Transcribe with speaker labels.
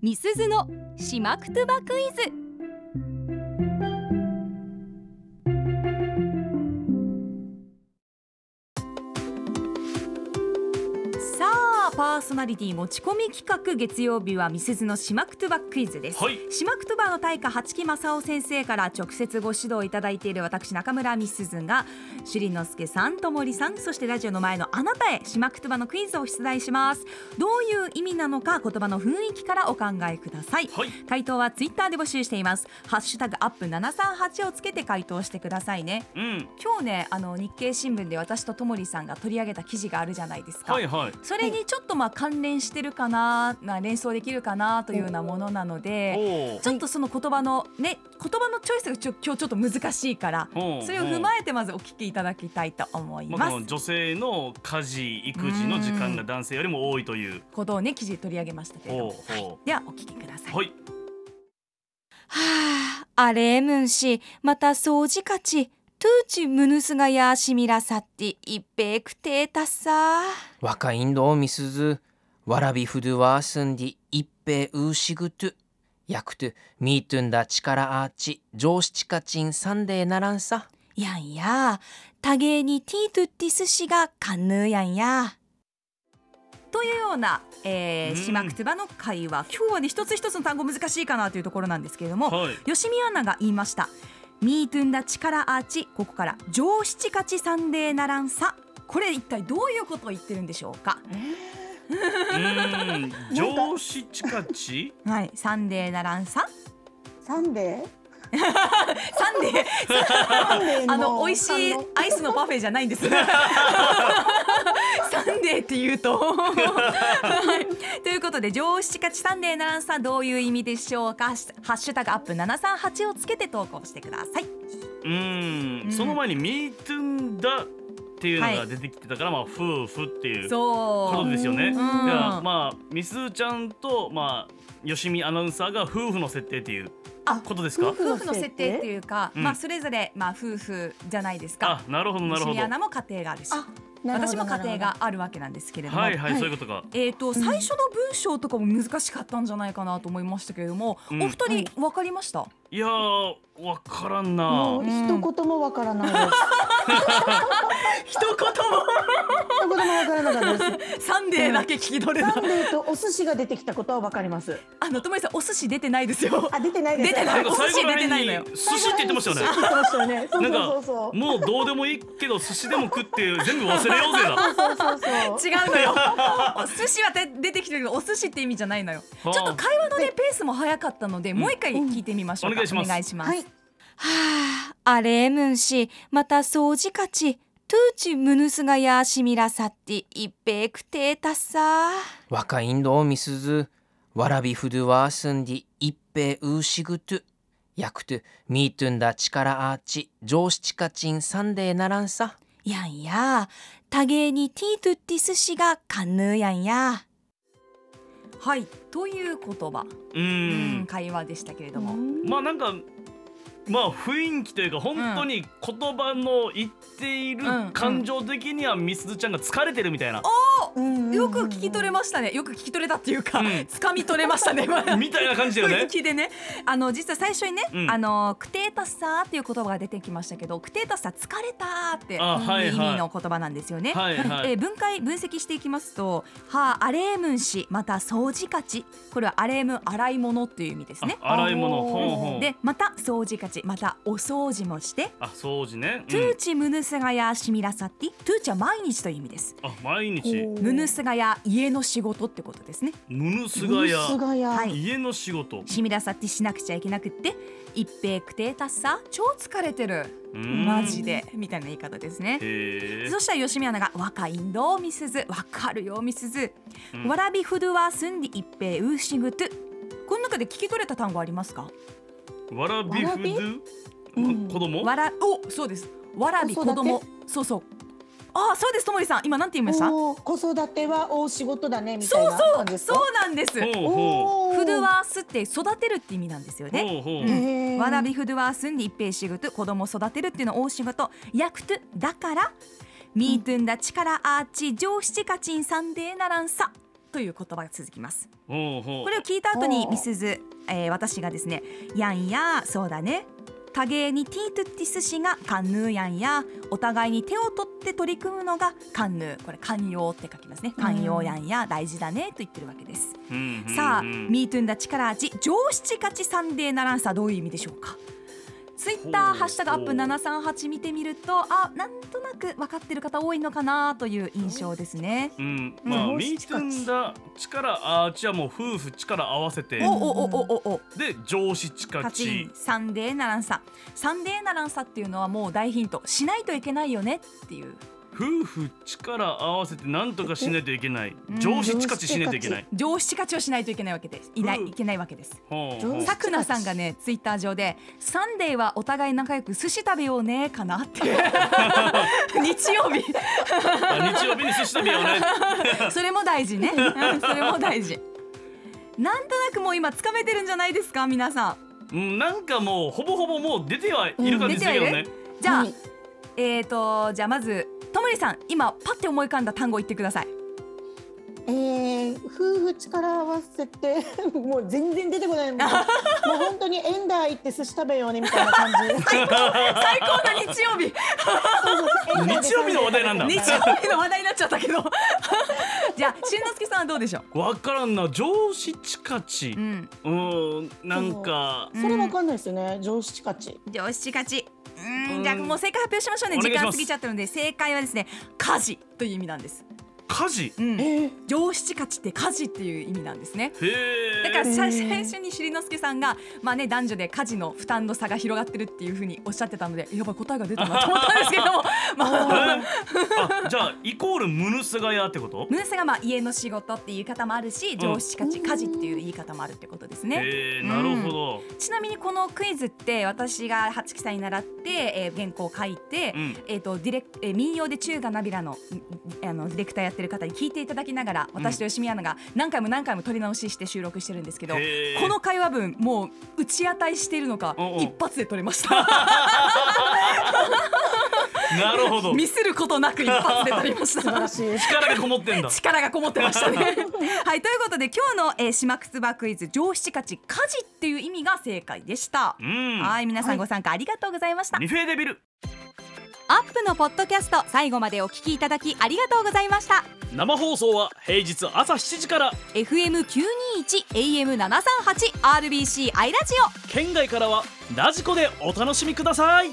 Speaker 1: みすずのしまくとばクイズ
Speaker 2: さあパーソナリティ持ち込み企画月曜日はみすずのしまくとばクイズです、
Speaker 3: はい
Speaker 2: しまくとばの大家八木正夫先生から直接ご指導いただいている私中村みすずが朱里之助さんと森さんそしてラジオの前のあなたへしまくとばのクイズを出題しますどういう意味なのか言葉の雰囲気からお考えください
Speaker 3: はい
Speaker 2: 回答はツイッターで募集していますハッシュタグアップ738をつけて回答してくださいね
Speaker 3: うん
Speaker 2: 今日ねあの日経新聞で私とともりさんが取り上げた記事があるじゃないですか、
Speaker 3: はいはい
Speaker 2: それにちょっとまあ関連してるかなな連想できるかなというようなものなの
Speaker 3: お
Speaker 2: で
Speaker 3: お
Speaker 2: ちょっとその言葉のね言葉のチョイスがちょ今日ちょっと難しいから
Speaker 3: おう
Speaker 2: それを踏まえてまずお聞きいただきたいと思い
Speaker 3: まあ、
Speaker 2: ます
Speaker 3: この。女性の家事育児の時間が男性よりも多いという
Speaker 2: ことをね記事で取り上げましたけれど
Speaker 3: お
Speaker 2: も
Speaker 3: うお
Speaker 2: ではお聞きくださ
Speaker 3: う
Speaker 2: い。
Speaker 3: はい
Speaker 4: はあ、あれむんし、また掃除かち、トゥーチムヌスがやしみらさって、いっぺくてーたっさ。
Speaker 5: 若いんどみすず、わらびふるわすんで一平うしぐと、やくとみーとんだ力あーち、上司ちかちんさんでならんさ。
Speaker 4: やんや、たげーにティートゥッティスしがかんぬーやんや。
Speaker 2: というような、え
Speaker 3: う
Speaker 2: ー、
Speaker 3: ん
Speaker 2: しまくつばの会話今日はね一つ一つの単語難しいかなというところなんですけれども、
Speaker 3: はい
Speaker 2: 吉見アナが言いました「ミートゥンダ力アーチ」ここから「上七勝ちサンデーならんさ」これ一体どういうことを言ってるんでしょうか、
Speaker 3: うー ん上司チカチ
Speaker 2: はい、サンデーならんさ
Speaker 6: サンデー。
Speaker 2: サンデー
Speaker 6: サンデー
Speaker 2: あの美味しい
Speaker 6: 反応
Speaker 2: アイスのパフェじゃないんですサンデーって言うと、はい、ということで「上七勝ちサンデーならんさ」どういう意味でしょうか「ハッシュタグアップ #738」をつけて投稿してください。
Speaker 3: うー
Speaker 2: うん
Speaker 3: んその前にミートゥンだっていうのが出てきてたから、まあ夫婦っていうこ
Speaker 2: そ
Speaker 3: と
Speaker 2: う
Speaker 3: ですよね
Speaker 2: ん
Speaker 3: だからまあみすーちゃんとまあよしみアナウンサーが夫婦の設定っていう
Speaker 2: あ
Speaker 3: ことですか
Speaker 2: 夫婦の設定っていうか、
Speaker 3: うん
Speaker 2: まあそれぞれまあ夫婦じゃないですか
Speaker 3: あ。なるほどなるほ
Speaker 2: シリ
Speaker 3: ど
Speaker 2: アナも家庭があるし、
Speaker 6: あなるほ
Speaker 2: 私
Speaker 6: ど
Speaker 2: も家庭があるわけなんですけれども。
Speaker 3: はいはい、
Speaker 6: はい
Speaker 3: そういうことか
Speaker 2: えー、と最初の文章とかも難しかったんじゃないかなと思いましたけれども、
Speaker 3: うん
Speaker 2: お二人分かりました、
Speaker 3: いやーわからんな
Speaker 6: もう一言もわからないです。
Speaker 2: 一言も
Speaker 6: 一言もわからなかったで
Speaker 2: 「サンデー」だけ聞き取れた、
Speaker 6: す。サンデーとお寿司が出てきたことはわかります。
Speaker 2: あのともりさんお寿司出てないですよ
Speaker 6: あ、出てないです。
Speaker 2: 出てな
Speaker 3: ないんか最後ら
Speaker 2: お寿司出てないの
Speaker 3: へ
Speaker 2: よ
Speaker 3: んに寿司って言ってましたよね
Speaker 6: 寿司って言ってましたよね。そう
Speaker 3: なん
Speaker 6: そう
Speaker 3: か
Speaker 6: そうそう。
Speaker 3: もうどうでもいいけど寿司でも食って全部忘れようぜだ
Speaker 6: そうそうそう
Speaker 2: 違うのよお寿司は出出てきてるけどお寿司って意味じゃないのよ ちょっと会話のねペースも早かったのでもう一回聞いてみましょうか、
Speaker 3: お願いします
Speaker 2: お願いします、
Speaker 6: はい。
Speaker 4: はあ、あれむんし、また掃除かち、トゥーチムヌスがやしみらさって、いっぺくてーたっさ。
Speaker 5: 若いんどみすず、わらびふるわすんで一平うしぐと、やくとみーとんだ力あーち、上司ちかちんさんでならんさ。
Speaker 4: やんや、たげーにティートゥッティスしがかんぬーやんや。
Speaker 2: はい、という言葉、
Speaker 3: う
Speaker 2: う
Speaker 3: ー
Speaker 2: ん
Speaker 3: ん
Speaker 2: 会話でしたけれども、
Speaker 3: まあなんかまあ雰囲気というか本当に言葉の言っている
Speaker 2: うん
Speaker 3: 感情的にはみすずちゃんが疲れてるみたいな、
Speaker 2: よく聞き取れましたねよく聞き取れたっていうか、
Speaker 3: うん
Speaker 2: 掴み取れましたね
Speaker 3: みたいな感じだよ
Speaker 2: 雰囲
Speaker 3: ね
Speaker 2: 気でねあの実は最初にね、
Speaker 3: うん
Speaker 2: あのクテータスさーっていう言葉が出てきましたけどクテータスさー疲れたーって
Speaker 3: あはい
Speaker 2: いう意
Speaker 3: はい
Speaker 2: 味の言葉なんですよね、
Speaker 3: はいは
Speaker 2: え
Speaker 3: い
Speaker 2: ー分解分析していきますと「はあアレームン氏また掃除勝ち」これはアレームン洗い物っていう意味ですね。
Speaker 3: あ洗い物
Speaker 6: あのー
Speaker 3: ほうほう
Speaker 2: でまた掃除勝ちまたお掃除もして
Speaker 3: あ掃除ね、
Speaker 2: ト
Speaker 3: う
Speaker 2: ゥー
Speaker 3: ん、
Speaker 2: チムヌスガヤシミラサッティトゥーチは毎日という意味です。
Speaker 3: あ毎日
Speaker 2: ムヌスガヤ家の仕事ってことですね。
Speaker 3: ムヌス
Speaker 6: ム
Speaker 3: ガ
Speaker 6: ヌ
Speaker 3: ヤ
Speaker 6: スガヤ。
Speaker 2: はい
Speaker 3: 家の仕事
Speaker 2: シミラサッティしなくちゃいけなくって一平くてたっさ超疲れてる
Speaker 3: うーん
Speaker 2: マジでみたいな言い方ですね。
Speaker 3: へえ
Speaker 2: そしたら吉見アナが若いんどみすずわかるよみすず、
Speaker 3: うん
Speaker 2: わらびふるはすんで一平うしぐとこの中で聞き取れた単語ありますか？
Speaker 3: わらびふず、
Speaker 6: うん
Speaker 3: 子供
Speaker 2: わらおそうですわらび子供
Speaker 6: 子
Speaker 2: そうそうあそうですともりさん今なんて言いました？
Speaker 6: おー子育ては大仕事だねみたい
Speaker 2: そう
Speaker 6: な感
Speaker 2: そう
Speaker 6: じですか。
Speaker 2: そうなんです。
Speaker 3: ほうほ
Speaker 6: おー
Speaker 2: フドゥワースって育てるって意味なんですよ
Speaker 3: う
Speaker 2: ね。
Speaker 3: ほうほう、
Speaker 6: へー
Speaker 2: わらびフドゥワースんで一平仕事子供育てるっていうの大仕事ヤクトゥだからミートゥンだ力アーチ上七カチンサンデーならんさという言葉が続きます
Speaker 3: ほうほう
Speaker 2: これを聞いた後に
Speaker 6: おー
Speaker 2: みすず、えー私がですね「やんやそうだね」「多芸にティートゥッティス氏がカンヌーやんや」「お互いに手を取って取り組むのがカンヌー」これ「寛容」って書きますね「寛容やんや大事だね」と言ってるわけです、
Speaker 3: うんうん
Speaker 2: さあ「
Speaker 3: うん
Speaker 2: ミートゥンだ力味上七勝ちサンデーナランサ」どういう意味でしょうかツイッタ
Speaker 3: ほ
Speaker 2: ー
Speaker 3: う
Speaker 2: ハッシュタグアップ738見てみるとあなんとなく分かってる方多いのかなという印象ですね。
Speaker 3: うん、まあ、
Speaker 6: うん
Speaker 3: ミートゥンだ力あーちはもう夫婦力合わせて
Speaker 2: おおおおおお
Speaker 3: で上司近
Speaker 2: カチ
Speaker 3: ち
Speaker 2: ンサンデーナランササンデーナランサっていうのはもう大ヒントしないといけないよねっていう
Speaker 3: 夫婦力合わせてなんとかしないといけない
Speaker 2: うん
Speaker 3: 上司近ちしないといけない
Speaker 2: 上七勝ちをしないといけないわけですいない、
Speaker 3: うん
Speaker 2: いけないわけです
Speaker 3: ほうほう
Speaker 6: 上司
Speaker 2: さくなさんがねツイッター上でサンデーはお互い仲良く寿司食べようねかなって 日曜日
Speaker 3: あ日曜日に寿司食べようね
Speaker 2: それも大事ねうんそれも大事なんとなくもう今掴めてるんじゃないですか皆さん
Speaker 3: うんなんかもうほぼほぼもう出てはいる感じするよ
Speaker 2: うん出
Speaker 3: ね
Speaker 2: てじゃあ、
Speaker 6: はい
Speaker 2: えーとじゃあまずともりさん今パッて思い浮かんだ単語言ってください
Speaker 6: えー、夫婦力合わせて もう全然出てこないもうもう本当にエンダー行って寿司食べようねみたいな感じ
Speaker 2: 最高な日 曜日
Speaker 3: 日曜日の話題なんだ
Speaker 2: 日曜日の話題になっちゃったけど じゃあしんのすけさんはどうでしょう、
Speaker 3: わからんな上司近ち
Speaker 2: うん、
Speaker 3: うんなんか
Speaker 6: それわかんないですよね上司価値
Speaker 2: 上司勝ちう
Speaker 3: うんん
Speaker 2: じゃあもう正解発表しましょうね
Speaker 3: お願
Speaker 2: 時
Speaker 3: いし
Speaker 2: 間
Speaker 3: ます
Speaker 2: 過ぎちゃったので正解はですね家事という意味なんです、
Speaker 3: 家事
Speaker 2: うん
Speaker 6: え、ー、
Speaker 2: 上司勝ちって家事っていう意味なんですね
Speaker 3: へえ
Speaker 2: だから
Speaker 6: へー
Speaker 2: 最最初にしりのすけさんが、まあね、男女で家事の負担の差が広がってるっていうふうにおっしゃってたのでやばい答えが出たなと思ったんですけども、まあ、
Speaker 3: あじゃあイコールムヌスガヤってこと
Speaker 2: ムネさんがまあ家の仕事っていう言い方もあるし上司勝ち家事っていう言い方もあるってことですね。
Speaker 3: へえなるほど
Speaker 2: ちなみにこのクイズって私が八木さんに習って、えー、原稿を書いて、
Speaker 3: うん
Speaker 2: えー、とディレクえー民謡で中華ナビラのんあのディレクターやってる方に聞いていただきながら私と吉見アナが何回も何回も取り直しして収録してるんですけど、
Speaker 3: へー
Speaker 2: この会話文もう打ち当たりしているのか
Speaker 3: おうおう
Speaker 2: 一発で取れました
Speaker 3: なるほど
Speaker 2: ミスることなく一 発で取りまし
Speaker 6: 素晴
Speaker 2: た
Speaker 6: ら。しい
Speaker 3: 力がこ もってんだ
Speaker 2: 力がこもってましたね。 はいということで今日の、えー、島くつばクイズ上七勝ち家事っていう意味が正解でした。
Speaker 3: うん
Speaker 2: はい皆さんご参加ありがとうございました。
Speaker 3: ニフェーデビル
Speaker 1: アップのポッドキャスト最後までお聞きいただきありがとうございました
Speaker 7: 生放送は平日朝7時から
Speaker 1: FM921 AM738 RBC アイラジオ
Speaker 7: 県外からはラジコでお楽しみください